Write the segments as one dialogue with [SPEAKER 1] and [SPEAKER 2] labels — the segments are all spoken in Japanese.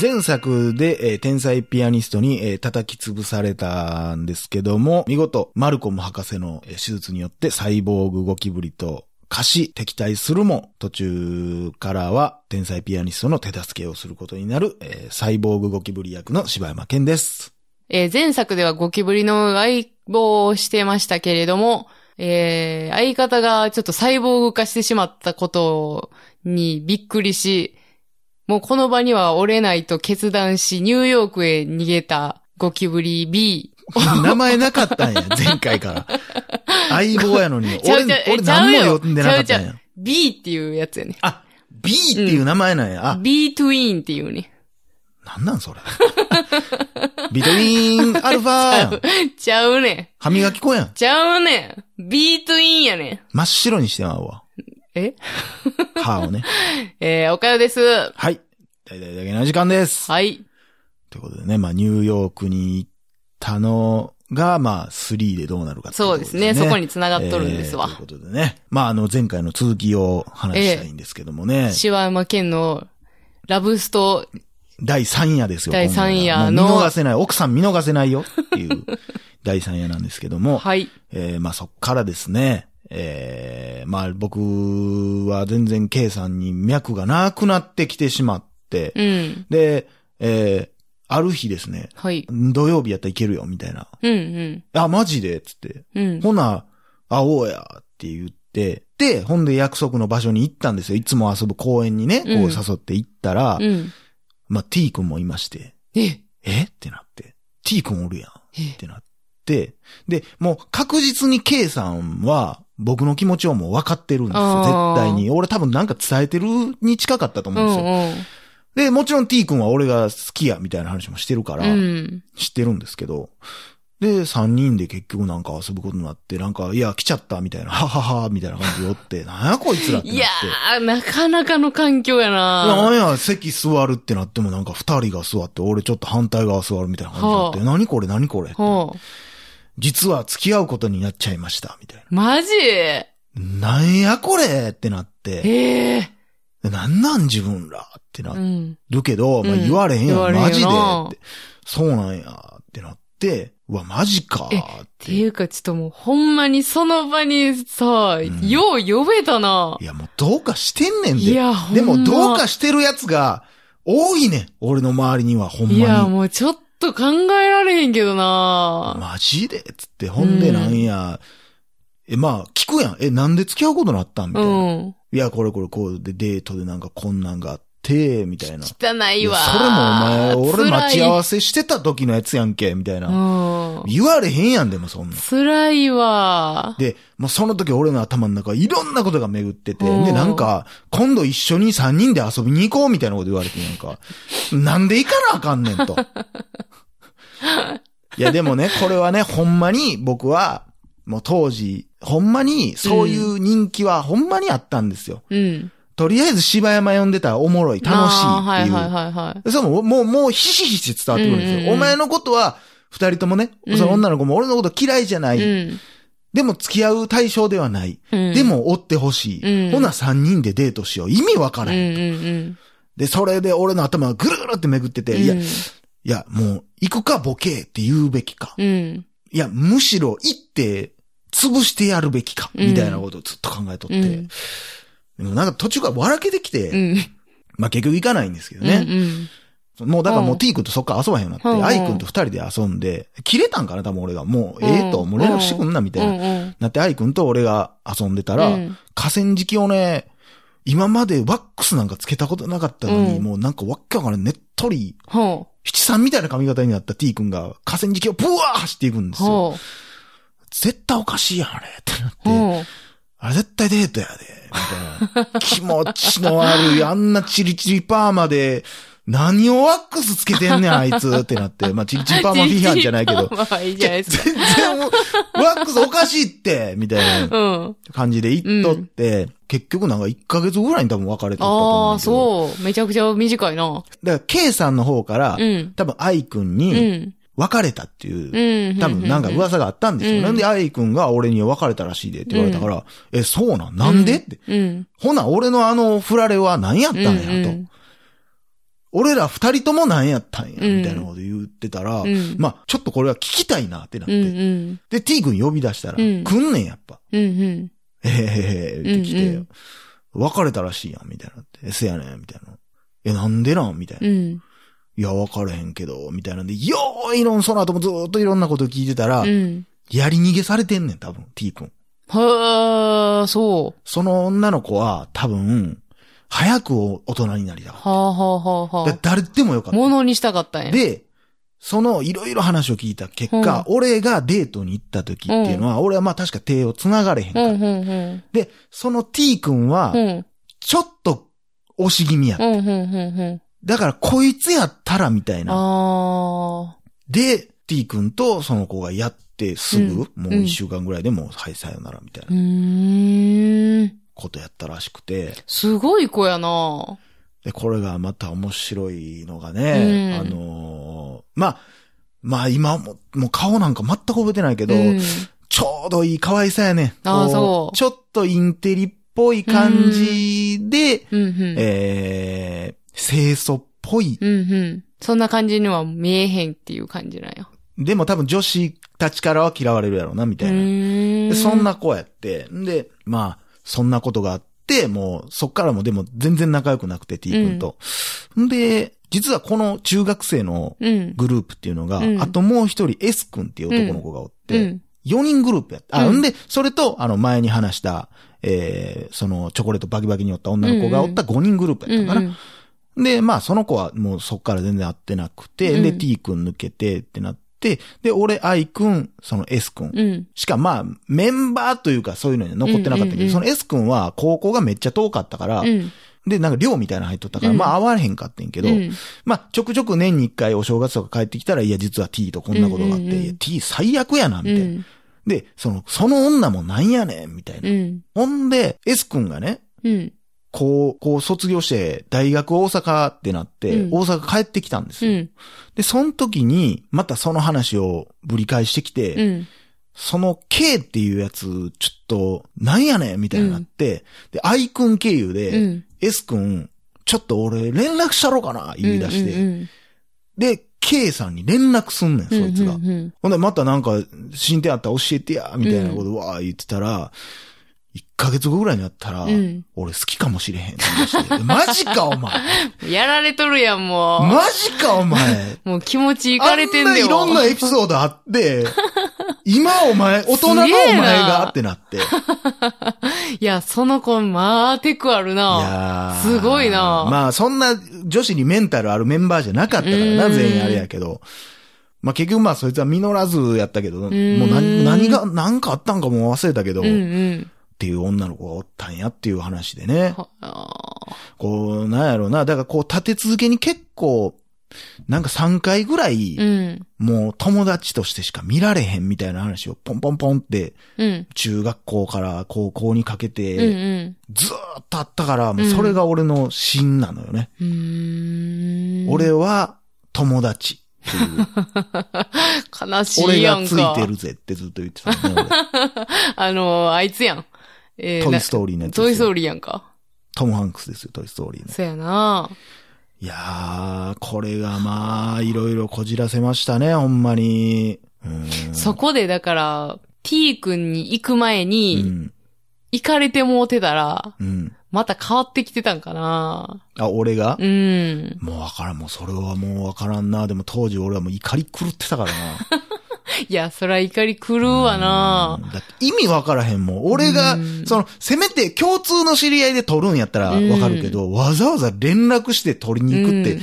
[SPEAKER 1] 前作で、えー天才ピアニストに、えー叩き潰されたんですけども、見事、マルコム博士の、えー手術によってサイボーグゴキブリと化し、敵対するも、途中からは天才ピアニストの手助けをすることになる、えーサイボーグゴキブリ役の柴山健です。
[SPEAKER 2] えー前作ではゴキブリの相棒をしてましたけれども、えー相方がちょっと細胞化してしまったことにびっくりし、もうこの場には折れないと決断し、ニューヨークへ逃げたゴキブリ B。
[SPEAKER 1] 名前なかったん や、前回から。相棒やのに。
[SPEAKER 2] ちゃ
[SPEAKER 1] 俺
[SPEAKER 2] うちゃう、え
[SPEAKER 1] 俺
[SPEAKER 2] ちゃう
[SPEAKER 1] 何も
[SPEAKER 2] よ
[SPEAKER 1] 呼んでなかっ
[SPEAKER 2] ちゃ
[SPEAKER 1] た
[SPEAKER 2] うんちゃ
[SPEAKER 1] や
[SPEAKER 2] う。B っていうやつやね。
[SPEAKER 1] あ、B っていう名前なんや。あ、
[SPEAKER 2] B トゥインっていうね。
[SPEAKER 1] なんなんそれ。ビトリーンアルファやん。
[SPEAKER 2] ちゃうねん。
[SPEAKER 1] 歯磨き粉やん。
[SPEAKER 2] ちゃうねん。B トゥインやねん。
[SPEAKER 1] 真っ白にしてまうわ。
[SPEAKER 2] え
[SPEAKER 1] 歯をね。
[SPEAKER 2] えー、おかよです。
[SPEAKER 1] はい。大々だけの時間です。
[SPEAKER 2] はい。
[SPEAKER 1] ということでね、まあ、ニューヨークに行ったのが、まあ、3でどうなるかってい
[SPEAKER 2] そうですね。そこに繋が
[SPEAKER 1] と
[SPEAKER 2] っ
[SPEAKER 1] こと
[SPEAKER 2] るんですわ
[SPEAKER 1] えー。ということでね。まあ、あの、前回の続きを話したいんですけどもね。
[SPEAKER 2] シワマケンのラブスト、
[SPEAKER 1] 第3夜ですよ。
[SPEAKER 2] 第三夜の
[SPEAKER 1] 今回はもう見逃せない。奥さん見逃せないよっていう 第3夜なんですけども。
[SPEAKER 2] はい。
[SPEAKER 1] えーまあそっからですね、えーまあ僕は全然 K さんに脈がなくなってきてしまって、
[SPEAKER 2] うん。
[SPEAKER 1] で、えーある日ですね、
[SPEAKER 2] はい。
[SPEAKER 1] 土曜日やったらいけるよ、みたいな。
[SPEAKER 2] うん
[SPEAKER 1] あ、マジでっつって。
[SPEAKER 2] うん。うん。
[SPEAKER 1] ほな、会おうや、って言って、で、ほんで約束の場所に行ったんですよ。いつも遊ぶ公園にね、こう
[SPEAKER 2] うん
[SPEAKER 1] 誘って行ったら、
[SPEAKER 2] うん。
[SPEAKER 1] まあ T 君もいまして、
[SPEAKER 2] え、
[SPEAKER 1] えってなって、T 君おるやん。っ
[SPEAKER 2] え、
[SPEAKER 1] てなって、で、もう確実に K さんは僕の気持ちをもう分かってるんですよ、
[SPEAKER 2] あ
[SPEAKER 1] 絶
[SPEAKER 2] ー
[SPEAKER 1] 対に。俺多分なんか伝えてるに近かったと
[SPEAKER 2] う
[SPEAKER 1] 思うんですよ。
[SPEAKER 2] ん
[SPEAKER 1] で、もちろん T 君は俺が好きや、みたいな話もしてるから、
[SPEAKER 2] うん。
[SPEAKER 1] 知ってるんですけど、で、三人で結局なんか遊ぶことになって、なんか、いや、来ちゃった、みたいな、ははは、みたいな感じでおって、なんやこいつらってなっ
[SPEAKER 2] い
[SPEAKER 1] て
[SPEAKER 2] や。ー、なかなかの環境や
[SPEAKER 1] な
[SPEAKER 2] なん
[SPEAKER 1] や、席座るってなってもなんか二人が座って、俺ちょっと反対側座るみたいな感じになって、
[SPEAKER 2] は
[SPEAKER 1] 何これ何これってなって
[SPEAKER 2] ほう。
[SPEAKER 1] 実は付き合うことになっちゃいました、みたい
[SPEAKER 2] マジえ
[SPEAKER 1] な。なんやこれってなって、
[SPEAKER 2] え。
[SPEAKER 1] なんなん自分らってな
[SPEAKER 2] うん。
[SPEAKER 1] るけど、
[SPEAKER 2] うん
[SPEAKER 1] まあ言われへんやん、
[SPEAKER 2] 言われへんよ
[SPEAKER 1] マジで
[SPEAKER 2] な
[SPEAKER 1] って。そうなんやってなって、うわ、マジかーっ
[SPEAKER 2] って
[SPEAKER 1] て。
[SPEAKER 2] いうか、ちょっともう、ほんまにその場にさ、
[SPEAKER 1] ん
[SPEAKER 2] よう呼べたな。
[SPEAKER 1] いや、もうどうかしてんねん
[SPEAKER 2] い
[SPEAKER 1] で。
[SPEAKER 2] や、ほんま。
[SPEAKER 1] でも、どうかしてるやつが多いねん。俺の周りには、ほん
[SPEAKER 2] い
[SPEAKER 1] ま
[SPEAKER 2] や、
[SPEAKER 1] に。
[SPEAKER 2] もうちょっと考えられへんけどな。
[SPEAKER 1] マジでつって、ほんでなんや。え、まあ、聞くやん。え、なんで付き合うことになったんみた
[SPEAKER 2] う
[SPEAKER 1] いな。
[SPEAKER 2] ん。
[SPEAKER 1] いや、これこれこうで、デートでなんかこんなんがあって、みたいな。
[SPEAKER 2] 汚いわ。
[SPEAKER 1] それもお前、俺待ち合
[SPEAKER 2] わ
[SPEAKER 1] わせしてた時のやつやんけ、みたいな。
[SPEAKER 2] うん。
[SPEAKER 1] 言われへんやん、でもそんな。
[SPEAKER 2] 辛いわ。
[SPEAKER 1] で、もうその時俺の頭の中いろんなことが巡ってて、
[SPEAKER 2] うん
[SPEAKER 1] で、なんか、今度一緒に3人で遊びに行こうみたいなこと言われて、なんか、なんで行かなあかんねん と。いや、でもね、これはね、ほんまに僕は、もう当時、ほんまに、そういう人気はほんまにあったんですよ。
[SPEAKER 2] うん。
[SPEAKER 1] とりあえず柴山呼んでたらおもろい、楽しい
[SPEAKER 2] あーは
[SPEAKER 1] ってい
[SPEAKER 2] い
[SPEAKER 1] う
[SPEAKER 2] はいはいはい。
[SPEAKER 1] そう、もう、もう、もうひしひし伝わってくるんですよ。
[SPEAKER 2] うんうんうん
[SPEAKER 1] お前のことは、二人ともね、
[SPEAKER 2] うん
[SPEAKER 1] その女の子も俺のこと嫌いじゃない。
[SPEAKER 2] うん
[SPEAKER 1] でも付き合う対象ではない。
[SPEAKER 2] うん。
[SPEAKER 1] でも追ってほしい。
[SPEAKER 2] うん
[SPEAKER 1] ほな三人でデートしよう。意味わか
[SPEAKER 2] うん
[SPEAKER 1] ら
[SPEAKER 2] うん
[SPEAKER 1] へん。
[SPEAKER 2] うん。
[SPEAKER 1] で、それで俺の頭がぐるぐるって巡ってて、いや、
[SPEAKER 2] う
[SPEAKER 1] い
[SPEAKER 2] ん
[SPEAKER 1] や、もう、行くかボケって言うべきか。
[SPEAKER 2] うん。
[SPEAKER 1] いや、むしろ行って、潰してやるべきか。
[SPEAKER 2] うん
[SPEAKER 1] みたいなことをずっと考えとって。
[SPEAKER 2] うん
[SPEAKER 1] でもなんか途中から笑けてきて、
[SPEAKER 2] うん。
[SPEAKER 1] まあ結局行かないんですけどね。
[SPEAKER 2] ね。
[SPEAKER 1] もうだからも
[SPEAKER 2] う
[SPEAKER 1] うん T 君とそっから遊ばへんようになっ
[SPEAKER 2] うんう
[SPEAKER 1] て、
[SPEAKER 2] ん
[SPEAKER 1] I 君と二人で遊んで、切れたんかな多分俺が。もう
[SPEAKER 2] うん
[SPEAKER 1] ええと、もう連絡してくんなみ
[SPEAKER 2] う
[SPEAKER 1] たいな。
[SPEAKER 2] んうん。
[SPEAKER 1] なって I 君と俺が遊んでたら、
[SPEAKER 2] うん
[SPEAKER 1] 河川敷をね、今までワックスなんかつけたことなかったのに、
[SPEAKER 2] うん
[SPEAKER 1] もうなんかわっけわからんねっとり、
[SPEAKER 2] ほ
[SPEAKER 1] 七三みたいな髪型になった T 君が河川敷をブワー走っていくん
[SPEAKER 2] う。
[SPEAKER 1] ですよ。
[SPEAKER 2] ほ
[SPEAKER 1] 絶対おかしいやん、あれ。ってな
[SPEAKER 2] う。
[SPEAKER 1] って。
[SPEAKER 2] ほ
[SPEAKER 1] あれ絶対デートやで。みたいな。気持ちの悪 い、あんなチリチリパーマで、何をワックスつけてんねん、あいつ。ってなって。まあ、チリチリ
[SPEAKER 2] う。
[SPEAKER 1] パーマ批判じゃないけど。
[SPEAKER 2] ま あいいじゃない
[SPEAKER 1] 全
[SPEAKER 2] ですか。
[SPEAKER 1] 然、ワックスおかしいってみたいな。
[SPEAKER 2] うん。
[SPEAKER 1] 感じで行っとって、結局なんか1ヶ月ぐらいに多分別れとったと思
[SPEAKER 2] あ
[SPEAKER 1] う
[SPEAKER 2] あ、
[SPEAKER 1] んだけど。
[SPEAKER 2] そう。めちゃくちゃ短いな。
[SPEAKER 1] だから、K さんの方から、
[SPEAKER 2] うん。
[SPEAKER 1] 多分愛くん
[SPEAKER 2] う
[SPEAKER 1] に
[SPEAKER 2] ん。
[SPEAKER 1] 別れたっていう、
[SPEAKER 2] うん。
[SPEAKER 1] 多分なんか噂があったんですよ。
[SPEAKER 2] うん
[SPEAKER 1] なんで愛くんが俺に別れたらしいでって言われたから、え、そうなんなんで、って。
[SPEAKER 2] うん。
[SPEAKER 1] ほな、俺のあの振られは何やったんやと。
[SPEAKER 2] うんうん
[SPEAKER 1] 俺ら二人ともなんやったんや、
[SPEAKER 2] うん
[SPEAKER 1] みたいなこと言ってたら、
[SPEAKER 2] うん
[SPEAKER 1] まあ、ちょっとこれは聞きたいなってなっ
[SPEAKER 2] う
[SPEAKER 1] て。
[SPEAKER 2] んうん。
[SPEAKER 1] で、T 君呼び出したら、
[SPEAKER 2] うん
[SPEAKER 1] 来んねん、やっぱ。
[SPEAKER 2] うんうん。
[SPEAKER 1] えへへへ、って来て、
[SPEAKER 2] うん
[SPEAKER 1] 別れたらしいやん、みたいなって。えせやねん、みたいな。え、なんでなんみたいな。
[SPEAKER 2] うん。
[SPEAKER 1] いや、別れへんけど、みたいなんで、よーいろん、その後もずーっといろんなこと聞いてたら、
[SPEAKER 2] うん。
[SPEAKER 1] やり逃げされてんねん、多分、T 君。
[SPEAKER 2] はあ、そう。
[SPEAKER 1] その女の子は、多分、早く大人になりだわ。
[SPEAKER 2] はあはあはあ
[SPEAKER 1] だ
[SPEAKER 2] は
[SPEAKER 1] 誰でもよか
[SPEAKER 2] あ。
[SPEAKER 1] った。
[SPEAKER 2] ものにしたかったんや。
[SPEAKER 1] で、そのいろいろ話を聞いた結果、俺がデートに行った時っていうのは、俺はまあ確か手を繋がれへん
[SPEAKER 2] う
[SPEAKER 1] か
[SPEAKER 2] ん
[SPEAKER 1] ら。
[SPEAKER 2] うんうん。
[SPEAKER 1] で、その T 君は
[SPEAKER 2] う、ん
[SPEAKER 1] ちょっと押し気味やった。
[SPEAKER 2] うんうんうんうん。
[SPEAKER 1] だからこいつやったらみたいな。
[SPEAKER 2] あ
[SPEAKER 1] で、T 君とその子がやってすぐ、
[SPEAKER 2] うん
[SPEAKER 1] もう一週間ぐらいでもう、はい、さよならみたい
[SPEAKER 2] ー。う
[SPEAKER 1] な
[SPEAKER 2] ーん。
[SPEAKER 1] ことやったらしくて、
[SPEAKER 2] すごい子やな
[SPEAKER 1] で、これがまた面白いのがね、
[SPEAKER 2] うん
[SPEAKER 1] あのーまあ、まあ今も、もう顔なんか全く覚えてないけど、
[SPEAKER 2] うん
[SPEAKER 1] ちょうどいい可愛さやね。
[SPEAKER 2] あー
[SPEAKER 1] こ
[SPEAKER 2] そう
[SPEAKER 1] ちょっとインテリっぽい感じで、
[SPEAKER 2] うんうん。
[SPEAKER 1] えー、清楚っぽい。
[SPEAKER 2] うんうん。そんな感じには見えへんっていう感じなんや。
[SPEAKER 1] でも多分女子たちからは嫌われるやろうな、みたいな。
[SPEAKER 2] ー
[SPEAKER 1] でそんな。子やって。んで、まあ、そんなことがあって、もう、そっからもでも全然仲良くなくて、T 君と。んで、実はこの中学生の
[SPEAKER 2] うん。
[SPEAKER 1] グループっていうのが、
[SPEAKER 2] うん
[SPEAKER 1] あともう一人 S 君っていう男の子がおっ
[SPEAKER 2] う
[SPEAKER 1] て、
[SPEAKER 2] ん。
[SPEAKER 1] 4人グループやった。あ、
[SPEAKER 2] うん
[SPEAKER 1] んで、それと、あの、前に話した、えー、その、チョコレートバキバキにおった女の子がおった5人グループやったかな。
[SPEAKER 2] うんうん
[SPEAKER 1] で、まあ、その子はもうそっから全然会ってなくて、
[SPEAKER 2] うん
[SPEAKER 1] で、T 君抜けてってなって、で、俺、I 君、その S 君。
[SPEAKER 2] うん。
[SPEAKER 1] しか、まあ、メンバーというかそういうのには残ってなかったけど、
[SPEAKER 2] うんうんうん
[SPEAKER 1] その S 君は高校がめっちゃ遠かったから、
[SPEAKER 2] うん。
[SPEAKER 1] で、なんか寮みたいなの入っとったから、
[SPEAKER 2] うん
[SPEAKER 1] まあ、会われへんかってんけど、
[SPEAKER 2] うん
[SPEAKER 1] まあ、ちょくちょく年に一回お正月とか帰ってきたら、いや、実は T とこんなことがあって、
[SPEAKER 2] うんうんうん
[SPEAKER 1] いや T 最悪やな、みたい
[SPEAKER 2] う
[SPEAKER 1] な。
[SPEAKER 2] ん。
[SPEAKER 1] で、その、その女もなんやねん、みたいな。
[SPEAKER 2] うん。
[SPEAKER 1] ほんで、S 君がね、
[SPEAKER 2] うん。
[SPEAKER 1] 高校卒業して、大学大阪ってなって、
[SPEAKER 2] うん
[SPEAKER 1] 大阪帰ってきたんです
[SPEAKER 2] う
[SPEAKER 1] よ。
[SPEAKER 2] ん。
[SPEAKER 1] で、その時に、またその話をぶり返してきて、
[SPEAKER 2] うん。
[SPEAKER 1] その K っていうやつ、ちょっと、なんやねん、みたいになって、で、I 君経由で、
[SPEAKER 2] うん。
[SPEAKER 1] S 君、ちょっと俺連絡したろうかな、言い出して。
[SPEAKER 2] うん
[SPEAKER 1] で、K さんに連絡すんねん、そ
[SPEAKER 2] うん。
[SPEAKER 1] いつが。
[SPEAKER 2] うんうん
[SPEAKER 1] ほんで、またなんか、進展あったら教えてや、みたいなことわー言ってたら、1ヶ月後ぐらいになったら、
[SPEAKER 2] うん
[SPEAKER 1] 俺好きかもしれへんって言い出して。マジか、お 前。
[SPEAKER 2] うん。やられとるやん、も
[SPEAKER 1] マジか、お前。
[SPEAKER 2] う。もう気持ちいかれてん
[SPEAKER 1] あんな
[SPEAKER 2] で
[SPEAKER 1] いろんなエピソードあ って、今お前、大人のお前がってな って。い
[SPEAKER 2] いや、その子、まあ、テクあるな。
[SPEAKER 1] やー
[SPEAKER 2] すごいな
[SPEAKER 1] まあ、そんな女子にメンタルあるメンバーじゃなかったからな、
[SPEAKER 2] うん
[SPEAKER 1] 全員あれやけど。まあ結局まあそいつは実らずやったけど、もう
[SPEAKER 2] うん
[SPEAKER 1] 何何が、何かあったんかも忘れたけど、
[SPEAKER 2] うんうん。
[SPEAKER 1] っていう女の子がおったんやっていう話でね。
[SPEAKER 2] はあ
[SPEAKER 1] こう、なんやろうな。だからこう立て続けに結構、なんか3回ぐらい、
[SPEAKER 2] うん。
[SPEAKER 1] もう友達としてしか見られへんみたいな話をポンポンポンって、
[SPEAKER 2] うん。
[SPEAKER 1] 中学校から高校にかけて、
[SPEAKER 2] うんうん。
[SPEAKER 1] ずーっとあったから、もうそれが俺の芯なのよね。
[SPEAKER 2] うーん。
[SPEAKER 1] 俺は友達って いう。
[SPEAKER 2] 悲し
[SPEAKER 1] 俺
[SPEAKER 2] いや
[SPEAKER 1] が
[SPEAKER 2] ん
[SPEAKER 1] つ
[SPEAKER 2] か。
[SPEAKER 1] いてるぜってずっと言ってたの ね。
[SPEAKER 2] あの、あいつやん。え
[SPEAKER 1] 俺
[SPEAKER 2] ー
[SPEAKER 1] ト
[SPEAKER 2] な
[SPEAKER 1] イストーリーのやつですよ。
[SPEAKER 2] トイストーリーやんか。
[SPEAKER 1] トム・ハンクスですよ、トイストーリーの。
[SPEAKER 2] そやない
[SPEAKER 1] やー、これがまあ、いろいろこじらせましたね、ほんまに。うん。
[SPEAKER 2] そこでだから、t 君に行く
[SPEAKER 1] う
[SPEAKER 2] 前に、
[SPEAKER 1] ん。
[SPEAKER 2] 行かれてもうてたら、
[SPEAKER 1] うん。
[SPEAKER 2] また変わってきてたんかな
[SPEAKER 1] あ、俺が、
[SPEAKER 2] うん。
[SPEAKER 1] もうわからん、もうそれはもうわからんな。でも当時俺はもう怒り狂ってたからな。
[SPEAKER 2] いや、そら怒り 狂うわな
[SPEAKER 1] うんだって意味わからへんもん。俺が
[SPEAKER 2] うん、
[SPEAKER 1] その、せめて共通の知り合いで取るんやったらわかるけど、わざわざ連絡して取りに行くって
[SPEAKER 2] うん、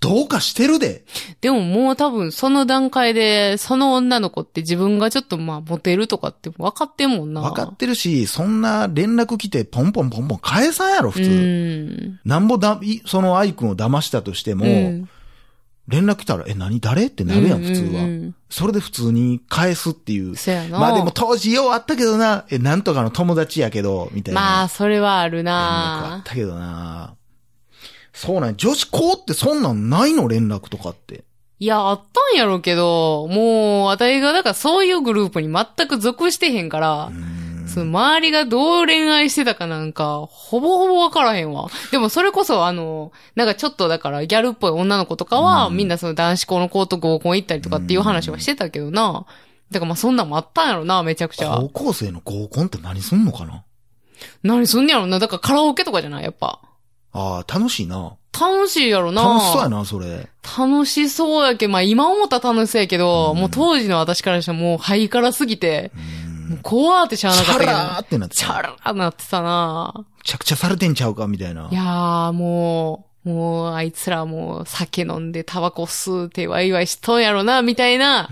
[SPEAKER 1] どうかしてるで。
[SPEAKER 2] でももう多分その段階で、その女の子って自分がちょっとまあモテるとかって分かってんもんな。
[SPEAKER 1] わかってるし、そんな連絡来てポンポンポンポン返さんやろ、普通。
[SPEAKER 2] うん。
[SPEAKER 1] なんぼだ、いその愛くんを騙したとしても、
[SPEAKER 2] うん
[SPEAKER 1] 連絡来たら、え、何誰ってなるやん、普通
[SPEAKER 2] う
[SPEAKER 1] は。
[SPEAKER 2] ん
[SPEAKER 1] それで普通に返すっていう。
[SPEAKER 2] そやな
[SPEAKER 1] まあでも当時ようあったけどな、え、なんとかの友達やけど、みたいな。
[SPEAKER 2] まあ、それはある
[SPEAKER 1] 連絡あっ
[SPEAKER 2] な
[SPEAKER 1] たけどなそうなん女子校ってそんなんないの連絡とかって。
[SPEAKER 2] いや、あったんやろうけど、もう、あたいが、だからそういうグループに全く属してへんから、その周りがどう恋愛してたかなんか、ほぼほぼわからへんわ。でもそれこそあの、なんかちょっとだからギャルっぽい女の子とかは、
[SPEAKER 1] うん
[SPEAKER 2] みんなその男子校の子と合コン行ったりとかっていう話はしてたけどな。だからまあそんなんもあったんやろな、めちゃくちゃ
[SPEAKER 1] 高。校生の合コンって何すんのかな
[SPEAKER 2] 何すんねやろな。だからカラオケとかじゃないやっぱ。
[SPEAKER 1] ああ、楽しいな。
[SPEAKER 2] 楽しいやろな。
[SPEAKER 1] 楽しそうやな、それ。
[SPEAKER 2] 楽しそうやけど、まあ今思ったら楽しそうやけど、
[SPEAKER 1] うん
[SPEAKER 2] もう当時の私からしたらもうハイカラすぎて、もう怖ーってしゃあな
[SPEAKER 1] チ
[SPEAKER 2] か
[SPEAKER 1] ャ
[SPEAKER 2] ったけど。
[SPEAKER 1] ラーってなって
[SPEAKER 2] チ
[SPEAKER 1] た。
[SPEAKER 2] ャラーなってたな
[SPEAKER 1] 着々されてんちゃうか、みたいな。
[SPEAKER 2] いやーもう、もうあいつらもう酒飲んでタバコ吸うてワイワイしとんやろな、みたいな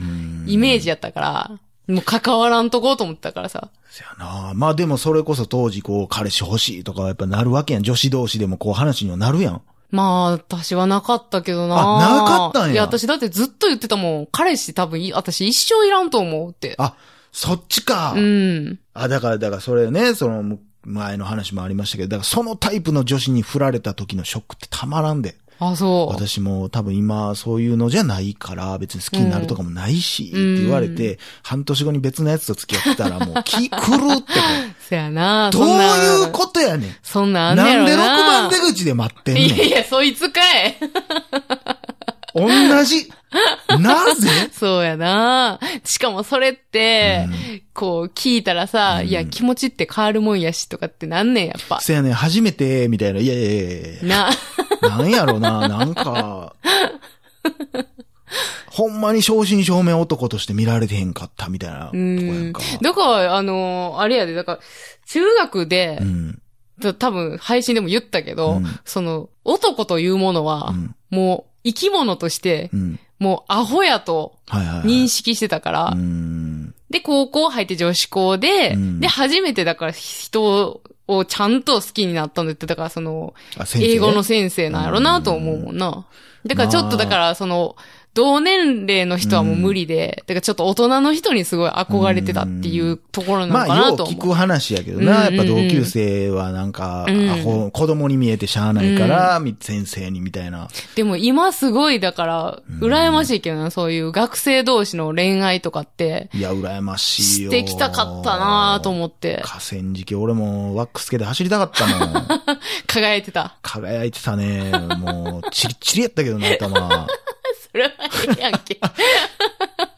[SPEAKER 2] イメージ
[SPEAKER 1] や。
[SPEAKER 2] やったから、もう関わらんとこうと思ってたからさ。
[SPEAKER 1] そやな。まあでもそれこそ当時こう、彼氏欲しいとかやっぱなるわけやん。女子同士でもこう話にはなるやん。
[SPEAKER 2] まあ、私はなかったけどな
[SPEAKER 1] あなかったんや
[SPEAKER 2] いや、私だってずっと言ってたもん。彼氏多分い、私一生いらんと思うって。
[SPEAKER 1] あ、そっちか。
[SPEAKER 2] うん。
[SPEAKER 1] あ、だから、だからそれね、そのむ前の話もありましたけど、だからそのタイプの女子に振られた時のショックってたまらんで。
[SPEAKER 2] あ、そう。
[SPEAKER 1] 私も多分今そういうのじゃないから、別に好きになるとかもないし、って言われて、半年後に別のやつと付き合ってたらもう気狂ってこう。
[SPEAKER 2] そやな
[SPEAKER 1] どういう
[SPEAKER 2] と
[SPEAKER 1] ことやねん。
[SPEAKER 2] そんなんあんねや
[SPEAKER 1] な
[SPEAKER 2] ろ
[SPEAKER 1] んで6
[SPEAKER 2] な
[SPEAKER 1] 番出口で待ってん
[SPEAKER 2] いや
[SPEAKER 1] ねん。
[SPEAKER 2] いや、そいつかい
[SPEAKER 1] 同じ。な ぜ
[SPEAKER 2] そうやなしかもそれって、こう聞いたらさ、
[SPEAKER 1] うん
[SPEAKER 2] いや、気持ちって変わるもんやしとかってなんねん、やっぱ。
[SPEAKER 1] せやねん、初めて、みたいな。いやいやいやいや
[SPEAKER 2] な、
[SPEAKER 1] なんやろな、なん か。ほんまに正真正銘男として見られてへんかったみたいなとこ
[SPEAKER 2] う
[SPEAKER 1] や
[SPEAKER 2] ん。
[SPEAKER 1] んか。
[SPEAKER 2] だから、あのーあれやで、だから、中学で
[SPEAKER 1] う、ん。
[SPEAKER 2] た多分配信でも言ったけ
[SPEAKER 1] う
[SPEAKER 2] ど、
[SPEAKER 1] ん
[SPEAKER 2] その、男というもの
[SPEAKER 1] う
[SPEAKER 2] は、
[SPEAKER 1] ん。
[SPEAKER 2] もう、生き物として、
[SPEAKER 1] うん。
[SPEAKER 2] もう、アホやと
[SPEAKER 1] はいはい、はい。
[SPEAKER 2] 認識してたから、
[SPEAKER 1] うん。
[SPEAKER 2] で、高校入って女子校で、
[SPEAKER 1] うん
[SPEAKER 2] で、初めてだから人をちゃんと好きになったんだって、だからその、
[SPEAKER 1] あ、先生。
[SPEAKER 2] 英語の先生なんやろなと思うもんな。だからちょっとだから、その、同年齢の人はもう無理で、だからちょっと大人の人にすごい憧れてたっていうところなの
[SPEAKER 1] ま
[SPEAKER 2] か
[SPEAKER 1] あ、よ
[SPEAKER 2] な
[SPEAKER 1] う
[SPEAKER 2] と
[SPEAKER 1] 聞
[SPEAKER 2] 思
[SPEAKER 1] く
[SPEAKER 2] う。
[SPEAKER 1] 話やけどな。や
[SPEAKER 2] うん
[SPEAKER 1] っぱ同級生はなんか、
[SPEAKER 2] うん
[SPEAKER 1] アホ子供に見えてしゃあないから、み先生にみたいな。
[SPEAKER 2] でも今すごいだから、羨ましいけどな、そういう学生同士の恋愛とかって、
[SPEAKER 1] いや、羨ましい
[SPEAKER 2] し
[SPEAKER 1] よ。
[SPEAKER 2] てきたかったなと
[SPEAKER 1] って。
[SPEAKER 2] 思って、
[SPEAKER 1] 河川敷、俺もワックス系で走りたかった もん。
[SPEAKER 2] 輝いてた。
[SPEAKER 1] 輝いてたね。 もう、チリッチリやったけどな、頭。
[SPEAKER 2] それはええやんけ。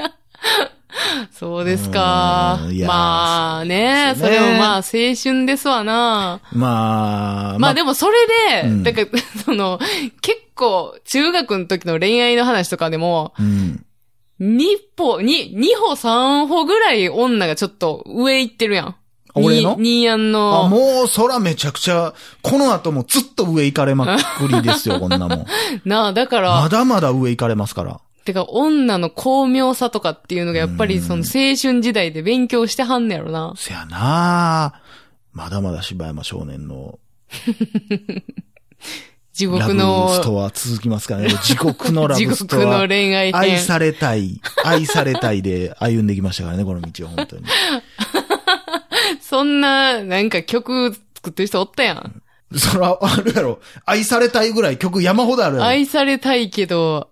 [SPEAKER 2] そうですか
[SPEAKER 1] うんい。や
[SPEAKER 2] まあね、
[SPEAKER 1] そ
[SPEAKER 2] そう
[SPEAKER 1] ですね
[SPEAKER 2] れもまあ青春ですわな。
[SPEAKER 1] まあ、
[SPEAKER 2] まあでもそれ
[SPEAKER 1] う
[SPEAKER 2] で、
[SPEAKER 1] ん
[SPEAKER 2] だから、 その、結構中学の時の恋愛の話とかでも、
[SPEAKER 1] うん。
[SPEAKER 2] 二歩、に二歩三歩ぐらい女がちょっと上行ってるやん。
[SPEAKER 1] 俺の
[SPEAKER 2] ににーやん
[SPEAKER 1] あ、
[SPEAKER 2] の、
[SPEAKER 1] もう、空めちゃくちゃ、この後もずっと上行かれまっくりです よ、こんなもん。
[SPEAKER 2] なあ、だか
[SPEAKER 1] ま
[SPEAKER 2] ら、
[SPEAKER 1] だまだ上行かれますから。
[SPEAKER 2] てか女の巧妙さとかっていうのがやっぱ
[SPEAKER 1] う
[SPEAKER 2] り
[SPEAKER 1] ん
[SPEAKER 2] その青春時代で勉強してはんねやろな。
[SPEAKER 1] せやなまだまだ柴山少年の
[SPEAKER 2] 地
[SPEAKER 1] ラ
[SPEAKER 2] 獄
[SPEAKER 1] ブ
[SPEAKER 2] の
[SPEAKER 1] ストア続きますからね。地獄のラブスト
[SPEAKER 2] 地獄
[SPEAKER 1] ア
[SPEAKER 2] の。恋愛
[SPEAKER 1] 愛
[SPEAKER 2] 編。
[SPEAKER 1] されたい、愛されたいで歩んできましたからね、この道を本当に。
[SPEAKER 2] そんな、なんか曲作ってる人おったやん。
[SPEAKER 1] そら、あるやろ。愛されたいぐらい曲山ほどあるやろ。
[SPEAKER 2] 愛されたいけど、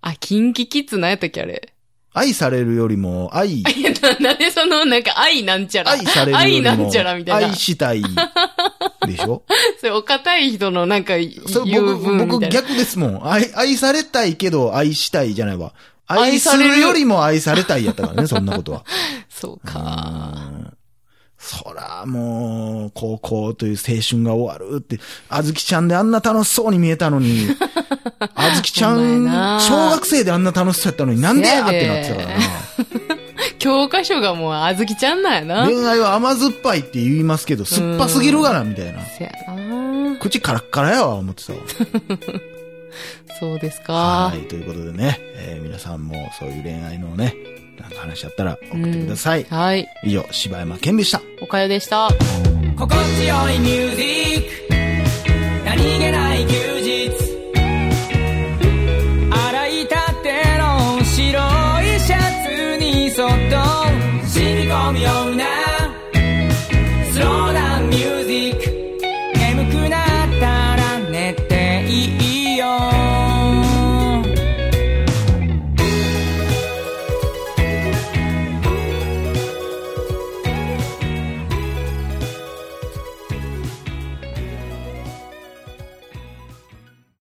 [SPEAKER 2] あ、キンキキッズ何やったっけあれ。
[SPEAKER 1] 愛されるよりも、愛、
[SPEAKER 2] いやな、なんでその、なんか愛なんちゃら。
[SPEAKER 1] 愛されるより
[SPEAKER 2] 愛
[SPEAKER 1] も、
[SPEAKER 2] なんちゃらみたいな
[SPEAKER 1] 愛。したい。でしょ
[SPEAKER 2] それ、お堅い人のなんか言
[SPEAKER 1] それ
[SPEAKER 2] う
[SPEAKER 1] 僕、
[SPEAKER 2] 文み
[SPEAKER 1] 僕
[SPEAKER 2] たいな。
[SPEAKER 1] 逆ですもん。愛、愛されたいけど愛したいじゃないわ。愛
[SPEAKER 2] 愛
[SPEAKER 1] す
[SPEAKER 2] される
[SPEAKER 1] るよりも愛されたいやったからね、そんなことは。
[SPEAKER 2] そう か。
[SPEAKER 1] うんそら、もう、高校という青春が終わるって、あずきちゃんであんな楽しそうに見えたの に、あずきちゃ
[SPEAKER 2] ほん
[SPEAKER 1] ん、
[SPEAKER 2] まやな
[SPEAKER 1] 小学生であんな楽しそうやったのになんでやっ
[SPEAKER 2] せ
[SPEAKER 1] て
[SPEAKER 2] やで
[SPEAKER 1] なってた からな。
[SPEAKER 2] 教科書がもう、あずきちゃんなんやな。
[SPEAKER 1] 恋愛は甘酸っぱいって言いますけど、酸っぱすぎるがな、みたいな。
[SPEAKER 2] せやな
[SPEAKER 1] 口カラッカラやわ、思ってたわ。
[SPEAKER 2] そうですか
[SPEAKER 1] は。い、ということでね、えー皆さんもそういう恋愛のね、なんか話あったら送ってください。
[SPEAKER 2] はい。
[SPEAKER 1] 以上、柴山健でした。
[SPEAKER 2] おかよでした。
[SPEAKER 3] 心地よいミュージック